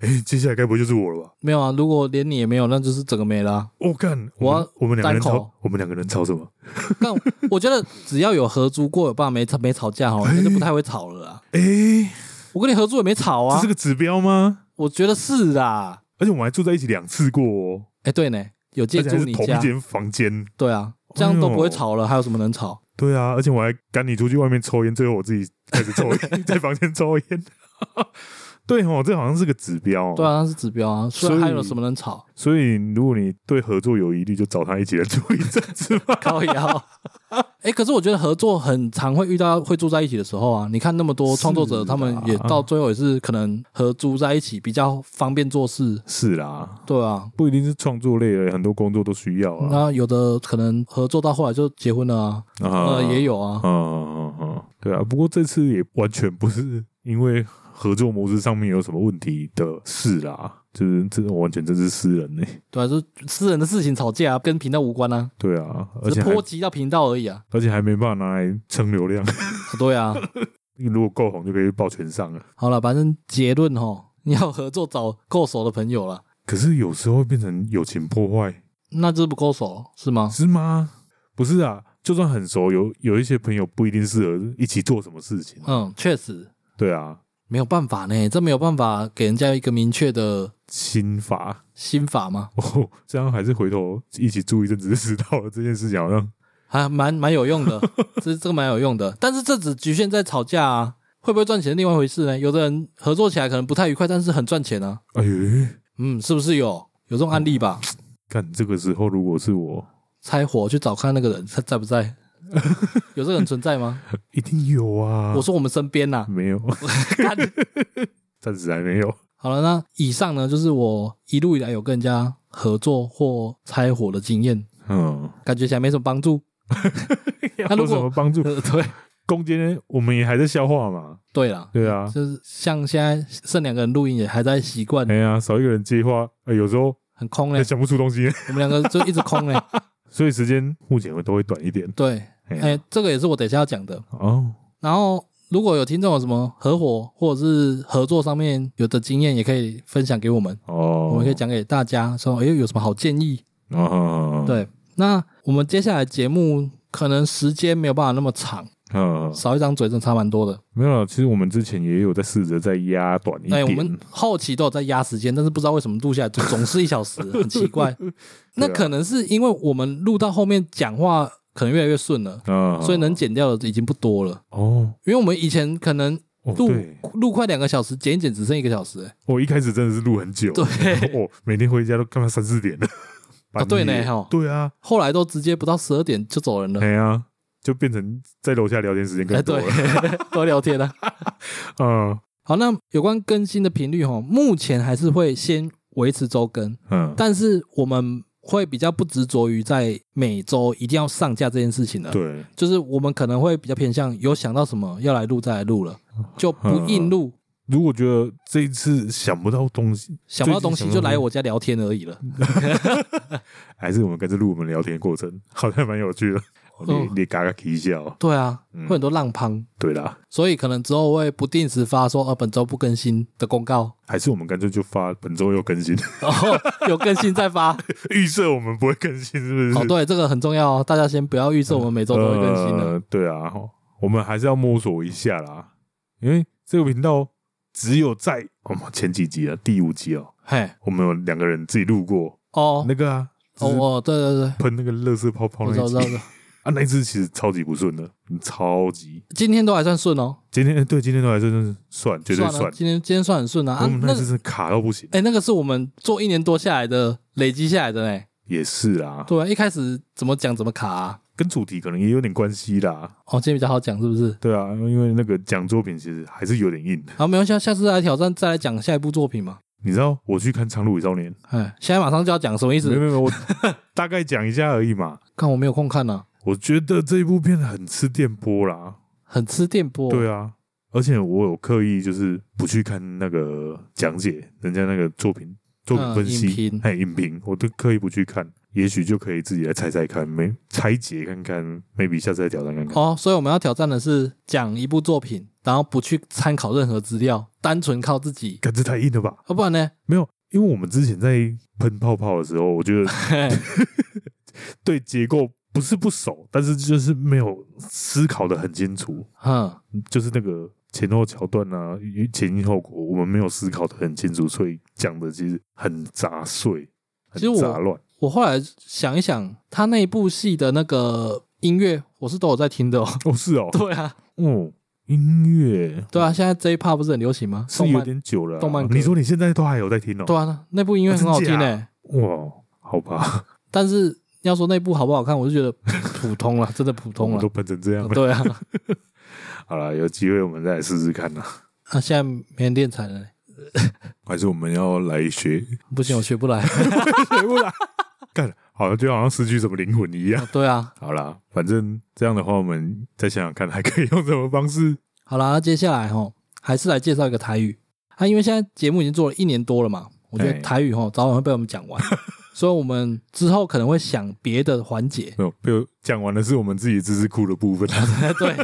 Speaker 2: 哎，接下来该不会就是我了吧？
Speaker 1: 没有啊，如果连你也没有，那就是整个没了啊、
Speaker 2: 我干，
Speaker 1: 我要
Speaker 2: 们我们两个
Speaker 1: 单
Speaker 2: 人
Speaker 1: 口
Speaker 2: 吵，我们两个人吵什么？
Speaker 1: 但我觉得只要有合租过，有爸没吵没吵架哦，那就不太会吵了啊。
Speaker 2: 哎，
Speaker 1: 我跟你合租也没吵
Speaker 2: 这
Speaker 1: 啊
Speaker 2: 是，个指标吗？
Speaker 1: 我觉得是啦。
Speaker 2: 而且我们还住在一起两次过哦，
Speaker 1: 哎，对呢，有借
Speaker 2: 而且
Speaker 1: 住
Speaker 2: 还是
Speaker 1: 你
Speaker 2: 同一
Speaker 1: 家，
Speaker 2: 间哎房间。
Speaker 1: 对啊，这样都不会吵了，还有什么能吵？
Speaker 2: 对啊，而且我还赶你出去外面抽烟，最后我自己开始抽 烟，在房间抽烟。 对哦，这好像是个指标、哦。
Speaker 1: 对，啊，那是指标啊，所以
Speaker 2: 所以
Speaker 1: 还有什么能吵？
Speaker 2: 所以如果你对合作有疑虑，就找他一起来处理这样子 吧。
Speaker 1: 高腰。哎，可是我觉得合作很常会遇到会住在一起的时候啊。你看那么多创作
Speaker 2: 是
Speaker 1: 者，
Speaker 2: 啊
Speaker 1: 他们也到最后也是可能合租在一起比较方便做事，
Speaker 2: 是啦，
Speaker 1: 对啊。
Speaker 2: 不一定是创作类的，很多工作都需要啊。
Speaker 1: 那有的可能合作到后来就结婚了啊，
Speaker 2: 啊
Speaker 1: 呃，也。有啊，
Speaker 2: 嗯嗯嗯嗯，对啊。不过这次也完全不是因为合作模式上面有什么问题的事啦，就是这完全真是私人呢、
Speaker 1: 对啊，就是私人的事情吵架啊，跟频道无关啊，
Speaker 2: 对啊，而
Speaker 1: 只
Speaker 2: 且
Speaker 1: 是
Speaker 2: 还
Speaker 1: 波及到频道而已啊。
Speaker 2: 而且还没办法拿来蹭流量，
Speaker 1: 对啊，
Speaker 2: 如果够红就可以报全上了。
Speaker 1: 好了，反正结论吼，你要合作找够熟的朋友了，
Speaker 2: 可是有时候会变成友情破坏，
Speaker 1: 那就是不够熟是吗？
Speaker 2: 是吗？不是啊，就算很熟，有有一些朋友不一定适合一起做什么事情。
Speaker 1: 嗯，确实
Speaker 2: 对啊，
Speaker 1: 没有办法呢，这没有办法给人家一个明确的
Speaker 2: 心法
Speaker 1: 心法吗？
Speaker 2: 哦，这样还是回头一起住一阵子就知道了。这件事情好像
Speaker 1: 还蛮蛮有用的，这这个蛮有用的。但是这只局限在吵架啊，会不会赚钱是另外一回事呢？有的人合作起来可能不太愉快，但是很赚钱啊。
Speaker 2: 哎呦，
Speaker 1: 嗯，是不是有有这种案例吧？
Speaker 2: 看这个时候如果是我，
Speaker 1: 拆伙去找看那个人他在不 在，有这个人存在吗？
Speaker 2: 一定有啊。
Speaker 1: 我说我们身边 呐、
Speaker 2: 没有，
Speaker 1: 干
Speaker 2: 暂时还没有。
Speaker 1: 好了，那以上呢就是我一路以来有跟人家合作或拆伙的经验，
Speaker 2: 嗯，
Speaker 1: 感觉起来没什么帮 助。那如果
Speaker 2: 有什么帮助？
Speaker 1: 呃对
Speaker 2: 攻坚我们也还在消化嘛。
Speaker 1: 对啦，
Speaker 2: 对啊，
Speaker 1: 就是像现在剩两个人录音也还在习惯
Speaker 2: 哎，呀，少一个人接话，哎，有时候
Speaker 1: 很空
Speaker 2: 也
Speaker 1: 嘞，
Speaker 2: 想不出东西，
Speaker 1: 我们两个就一直空嘞。欸
Speaker 2: 所以时间目前都会短一点。
Speaker 1: 对，
Speaker 2: 哎呀
Speaker 1: 哎、这个也是我等一下要讲的。
Speaker 2: 哦，
Speaker 1: 然后，如果有听众有什么合伙或者是合作上面有的经验，也可以分享给我们，
Speaker 2: 哦，
Speaker 1: 我们可以讲给大家说，哎，有什么好建议？
Speaker 2: 哦，，
Speaker 1: 对，那我们接下来节目可能时间没有办法那么长，
Speaker 2: 嗯，
Speaker 1: 少一张嘴真的差蛮多的。
Speaker 2: 没有啦，其实我们之前也有在试着再压短一
Speaker 1: 哎，
Speaker 2: 点，
Speaker 1: 我们后期都有在压时间，但是不知道为什么录下来就总是一小 时，很奇怪。那
Speaker 2: 啊
Speaker 1: 可能是因为我们录到后面讲话可能越来越顺了，
Speaker 2: 啊，
Speaker 1: 所以能减掉的已经不多了。
Speaker 2: 哦，
Speaker 1: 因为我们以前可能
Speaker 2: 哦
Speaker 1: 录
Speaker 2: 对，
Speaker 1: 录快两个小时，剪一剪只剩一个小时、欸。
Speaker 2: 我一开始真的是录很久，
Speaker 1: 对，
Speaker 2: 哦，每天回家都干嘛三四点了，
Speaker 1: 啊对呢
Speaker 2: 半夜
Speaker 1: 吼
Speaker 2: 对啊，
Speaker 1: 后来都直接不到十二点就走人了。
Speaker 2: 哎呀，就变成在楼下聊天时间
Speaker 1: 哎，
Speaker 2: 更多
Speaker 1: 对
Speaker 2: 了，，
Speaker 1: 多聊天啊。
Speaker 2: 嗯
Speaker 1: 好，那有关更新的频率哈，目前还是会先维持周更，
Speaker 2: 嗯，
Speaker 1: 但是我们会比较不执着于在每周一定要上架这件事情了。，
Speaker 2: 对，
Speaker 1: 就是我们可能会比较偏向有想到什么要来录再来录了，就不硬录，
Speaker 2: 如果觉得这一次想不到东西，
Speaker 1: 想不到东
Speaker 2: 最
Speaker 1: 西
Speaker 2: 近
Speaker 1: 就
Speaker 2: 想不到
Speaker 1: 来我家聊天而已了。
Speaker 2: 还是我们跟着录我们聊天过程， 好像蛮有趣的。
Speaker 1: 嗯
Speaker 2: 你你嘎嘎提一下哦，
Speaker 1: 对啊，
Speaker 2: 嗯
Speaker 1: 会很多浪乓，
Speaker 2: 对啦，
Speaker 1: 所以可能之后会不定时发说呃本周不更新的公 告。
Speaker 2: 还是我们干脆就发本周又更新，
Speaker 1: 然后有更新再发。
Speaker 2: 预设我们不会更新，是不是？
Speaker 1: 哦，对，这个很重要哦，大家先不要预设我们每周都会更新的。
Speaker 2: 呃。对啊，吼我们还是要摸索一下啦，因为这个频道只有在我们前几集啊，第五集哦，
Speaker 1: 嘿，
Speaker 2: 我们有两个人自己录过
Speaker 1: 哦，
Speaker 2: 那个啊，
Speaker 1: 哦
Speaker 2: 就是
Speaker 1: 哦，对对对，
Speaker 2: 喷那个乐色泡泡
Speaker 1: 我知
Speaker 2: 那
Speaker 1: 道
Speaker 2: 一
Speaker 1: 我知道。我
Speaker 2: 集
Speaker 1: 知道
Speaker 2: 啊，那一次其实超级不顺的，嗯超级。
Speaker 1: 今天都还算顺哦，
Speaker 2: 今天对今天都还真是算，绝对
Speaker 1: 算了，
Speaker 2: 算。
Speaker 1: 今天今天算很顺啊。
Speaker 2: 我
Speaker 1: 啊，
Speaker 2: 们
Speaker 1: 那
Speaker 2: 那次
Speaker 1: 个
Speaker 2: 是卡到不行，
Speaker 1: 哎，那个是我们做一年多下来的累积下来的嘞。
Speaker 2: 也是啊，
Speaker 1: 对啊，一开始怎么讲怎么卡啊。
Speaker 2: 跟主题可能也有点关系啦。
Speaker 1: 哦，今天比较好讲是不是？
Speaker 2: 对啊，因为那个讲作品其实还是有点硬的。
Speaker 1: 好，没关系啊，下次来挑战，再来讲下一部作品嘛。
Speaker 2: 你知道我去看《苍鹭与少年》，
Speaker 1: 哎，现在马上就要讲，什么意
Speaker 2: 没有
Speaker 1: 思？
Speaker 2: 没有没 有，我大概讲一下而已嘛。
Speaker 1: 看我没有空看啊呢，
Speaker 2: 我觉得这一部片很吃电波啦，
Speaker 1: 很吃电波。
Speaker 2: 对啊，而且我有刻意就是不去看那个讲解人家那个作品作品分
Speaker 1: 嗯影
Speaker 2: 析
Speaker 1: 评，
Speaker 2: 哎、影评，我都刻意不去看，也许就可以自己来猜猜看，没拆解看看，maybe 下次再挑战看看。
Speaker 1: 哦，所以我们要挑战的是讲一部作品，然后不去参考任何资料，单纯靠自己。啊
Speaker 2: 感这太硬了吧？
Speaker 1: 要、不然呢？
Speaker 2: 没有，因为我们之前在喷泡泡的时候，我觉 得
Speaker 1: 嘿
Speaker 2: 对结构不是不熟，但是就是没有思考的很清楚，
Speaker 1: 哼，
Speaker 2: 就是那个前后桥段啊，与前因后果，我们没有思考的很清楚，所以讲的其实很杂碎，很
Speaker 1: 其实我
Speaker 2: 杂乱。
Speaker 1: 我后来想一想，他那一部戏的那个音乐，我是都有在听的 哦。
Speaker 2: 哦，是哦，
Speaker 1: 对啊，
Speaker 2: 哦，音乐，
Speaker 1: 对啊，现在这一 part 不是很流行吗？
Speaker 2: 是
Speaker 1: 动
Speaker 2: 有
Speaker 1: 漫。
Speaker 2: 点久了啊、
Speaker 1: 动漫歌
Speaker 2: 你说你现在都还有在听哦？
Speaker 1: 对啊，那部音乐很好听
Speaker 2: 真
Speaker 1: 诶、
Speaker 2: 假哇，好吧，
Speaker 1: 但是要说那部好不好看，我就觉得普通了，真 的普
Speaker 2: 我
Speaker 1: 通
Speaker 2: 们
Speaker 1: 了
Speaker 2: 都。喷成这样了。
Speaker 1: 对啊，
Speaker 2: 好了，有机会我们再来试试看啦。
Speaker 1: 啊，现在没人练才了、欸
Speaker 2: 还是我们要来学？
Speaker 1: 不行，我学不来。
Speaker 2: 学不 来，干，好像就好像失去什么灵魂一样。
Speaker 1: 对啊，
Speaker 2: 好啦，反正这样的话，我们再想想看，还可以用什么方式？
Speaker 1: 好啦，那接下来哈，还是来介绍一个台语。啊，因为现在节目已经做了一年多了嘛，我觉
Speaker 2: 哎
Speaker 1: 得台语哈早晚会被我们讲 完，所以我们之后可能会想别的环节。
Speaker 2: 没有，被我哦讲完的是我们自己知识库的部分。
Speaker 1: 对，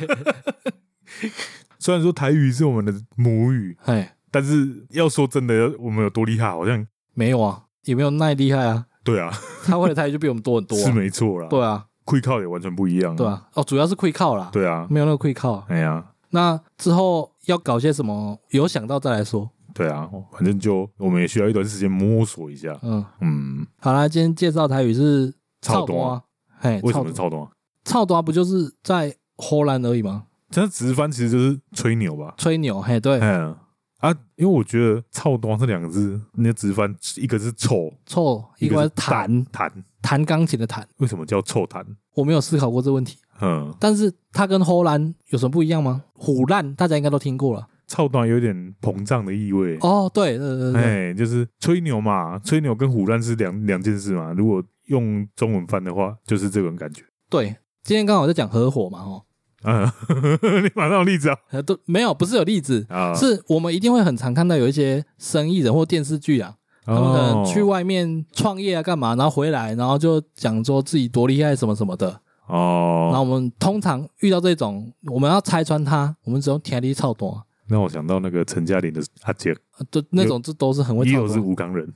Speaker 2: 虽然说台语是我们的母语，
Speaker 1: 哎，
Speaker 2: 但是要说真的，我们有多厉害，好像
Speaker 1: 没有啊，也没有那厉害 啊，
Speaker 2: 对啊，
Speaker 1: 他会的台语就比我们多很多、
Speaker 2: 是
Speaker 1: 啊。
Speaker 2: 没错啦。
Speaker 1: 对啊，
Speaker 2: 会靠也完全不一样。
Speaker 1: 对，啊，哦，主要是会靠啦，
Speaker 2: 对啊，
Speaker 1: 没有那个会靠。
Speaker 2: 哎呀，
Speaker 1: 那之后要搞些什么，有想到再来说。
Speaker 2: 对啊，反正就我们也需要一段时间摸索一下。
Speaker 1: 嗯，
Speaker 2: 嗯，
Speaker 1: 好啦，今天介绍台语是
Speaker 2: 草
Speaker 1: 多
Speaker 2: 多
Speaker 1: 啊，哎，
Speaker 2: 为什么
Speaker 1: 草
Speaker 2: 是超东啊？
Speaker 1: 草多啊不就是在荷兰而已吗？
Speaker 2: 这直翻其实就是吹牛吧？
Speaker 1: 吹牛，嘿，对，
Speaker 2: 嗯啊，因为我觉得“操东”这两个字，那直翻一个是臭，
Speaker 1: 臭，一
Speaker 2: 个
Speaker 1: 个
Speaker 2: 是
Speaker 1: 是弹
Speaker 2: 弹。
Speaker 1: 弹钢琴的弹，
Speaker 2: 为什么叫臭弹？
Speaker 1: 我没有思考过这问题。
Speaker 2: 嗯，
Speaker 1: 但是它跟荷兰有什么不一样吗？虎烂大家应该都听过了。
Speaker 2: 操端有点膨胀的意味。
Speaker 1: 哦，对，对对对对，
Speaker 2: 哎，就是吹牛嘛，吹牛跟胡乱是两两件事嘛。如果用中文翻的话，就是这种感觉。
Speaker 1: 对。今天刚好在讲合伙嘛，哦，
Speaker 2: 嗯， 你马上有例子啊
Speaker 1: 呃都没有，不是有例子，
Speaker 2: 啊，
Speaker 1: 是我们一定会很常看到有一些生意人或电视剧啊，
Speaker 2: 他
Speaker 1: 他们可能去外面创业啊，干嘛，然后回来，然后就讲说自己多厉害什么什么的。然后
Speaker 2: 哦。
Speaker 1: 我们通常遇到这种，我们要拆穿他，我们只用田里操多，
Speaker 2: 让我想到那个陈嘉玲的阿姐，
Speaker 1: 呃都那种这都是很会
Speaker 2: 也
Speaker 1: 操
Speaker 2: 有是
Speaker 1: 作。
Speaker 2: 吴刚人，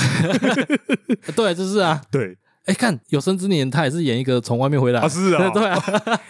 Speaker 1: 呃 对，就是啊。
Speaker 2: 对
Speaker 1: 哎，看《有生之年》，他也是演一个从外面回来
Speaker 2: 啊，，是啊，
Speaker 1: 对啊，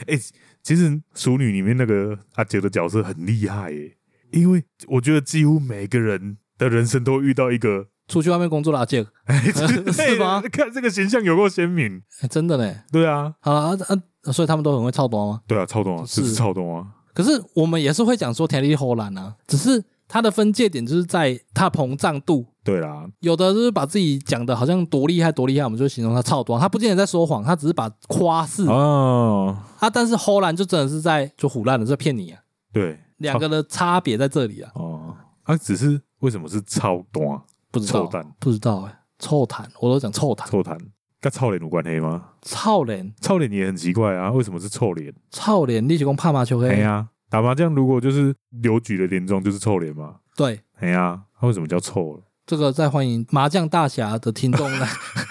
Speaker 2: 哎、其实《熟女》里面那个阿杰的角色很厉害耶，因为我觉得几乎每个人的人生都遇到一个，
Speaker 1: 出去外面工作了，杰，
Speaker 2: 哎、之 类
Speaker 1: 是吗
Speaker 2: 的看这个形象有够鲜明，
Speaker 1: 哎真的嘞。
Speaker 2: 对啊，
Speaker 1: 好了啊啊，所以他们都很会操多吗？
Speaker 2: 对啊，超懂啊，
Speaker 1: 是
Speaker 2: 是超懂啊，
Speaker 1: 可是我们也是会讲说田里荷兰啊，只是它的分界点就是在它膨胀度。
Speaker 2: 对啦，
Speaker 1: 有的就是把自己讲的好像多厉害多厉害，我们就形容他操多，他不见得在说谎，他只是把夸饰
Speaker 2: 哦，
Speaker 1: 啊，但是荷兰就真的是在就胡乱的在骗 你啊，
Speaker 2: 对，
Speaker 1: 两个的差别在这里啊，
Speaker 2: 哦，啊，只是为什么是超懂啊？
Speaker 1: 不知道
Speaker 2: 臭蛋，
Speaker 1: 不知道哎、臭谈，我都讲臭谈，
Speaker 2: 臭谈跟臭脸有关系吗？
Speaker 1: 操脸，
Speaker 2: 臭脸也很奇怪啊，为什么是臭脸？
Speaker 1: 操脸，立起功怕麻球
Speaker 2: 哎
Speaker 1: 黑，
Speaker 2: 呀、打麻将如果就是刘举的连庄就是臭脸嘛，
Speaker 1: 对，
Speaker 2: 哎呀，他、为什么叫臭了？
Speaker 1: 这个再欢迎麻将大侠的听众 来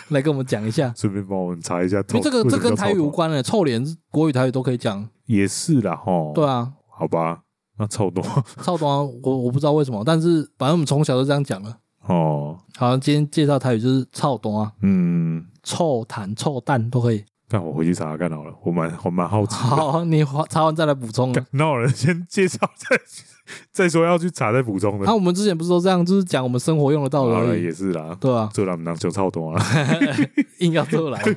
Speaker 1: 来跟我们讲一下，
Speaker 2: 顺便帮我们查一下
Speaker 1: 因
Speaker 2: 臭，
Speaker 1: 为这个
Speaker 2: 为
Speaker 1: 这
Speaker 2: 什么
Speaker 1: 跟
Speaker 2: 叫
Speaker 1: 台
Speaker 2: 臭
Speaker 1: 语无
Speaker 2: 豆
Speaker 1: 关的、欸臭脸国语台语都可以讲，
Speaker 2: 也是啦，吼，
Speaker 1: 对，啊，
Speaker 2: 好吧，那臭多
Speaker 1: 操多啊我我不知道为什么，但是反正我们从小就这样讲了。
Speaker 2: 哦，
Speaker 1: 好，今天介绍台语就是操多啊，
Speaker 2: 嗯，
Speaker 1: 臭谈、臭蛋都可以。
Speaker 2: 那我回去查查看好了，我蛮我蛮好奇的。
Speaker 1: 好，你查完再来补充啊。
Speaker 2: 干那有人先介绍再再说要去查再补充的
Speaker 1: 那、，我们之前不是都这样，就是讲我们生活用得到的
Speaker 2: 好
Speaker 1: 而
Speaker 2: 了
Speaker 1: 已，
Speaker 2: 也是啦，
Speaker 1: 对啊，
Speaker 2: 这两当就差不多啦。
Speaker 1: 硬要这来，对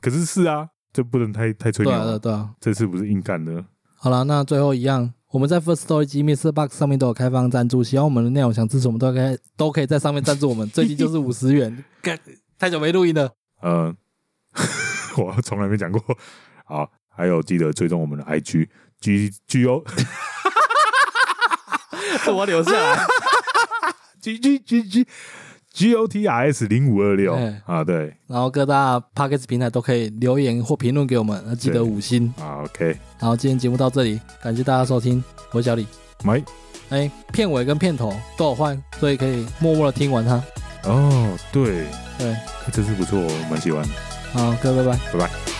Speaker 2: 可是是啊，这不能太太吹牛
Speaker 1: 啊，对啊
Speaker 2: 啊，
Speaker 1: 对啊。
Speaker 2: 这次不是硬干的，
Speaker 1: 好了，那最后一样，我们在 First Story 及 Mr. Box 上面都有开放赞助，喜欢我们的内容想支持我们都可以都可以在上面赞助我们，最低就是五十元。干太久没录音了，
Speaker 2: 呃， 我从来没讲过 啊。还有记得追踪我们的 IG G G O
Speaker 1: 我留下来。
Speaker 2: G G G G G O T R S 零五二六
Speaker 1: 哎
Speaker 2: 啊，对
Speaker 1: 然后各大 p o c k e t 平台都可以留言或评论给我们，呃那记得
Speaker 2: 对
Speaker 1: 五星。
Speaker 2: 啊，OK，
Speaker 1: 然后今天节目到这里，感谢大家收听，我是小李。
Speaker 2: 买。
Speaker 1: 哎，片尾跟片头都有换，所以可以默默的听完它。哦，对，
Speaker 2: 对，
Speaker 1: 真是不错，我蛮喜欢。
Speaker 2: 好，各位拜拜。
Speaker 1: 拜拜。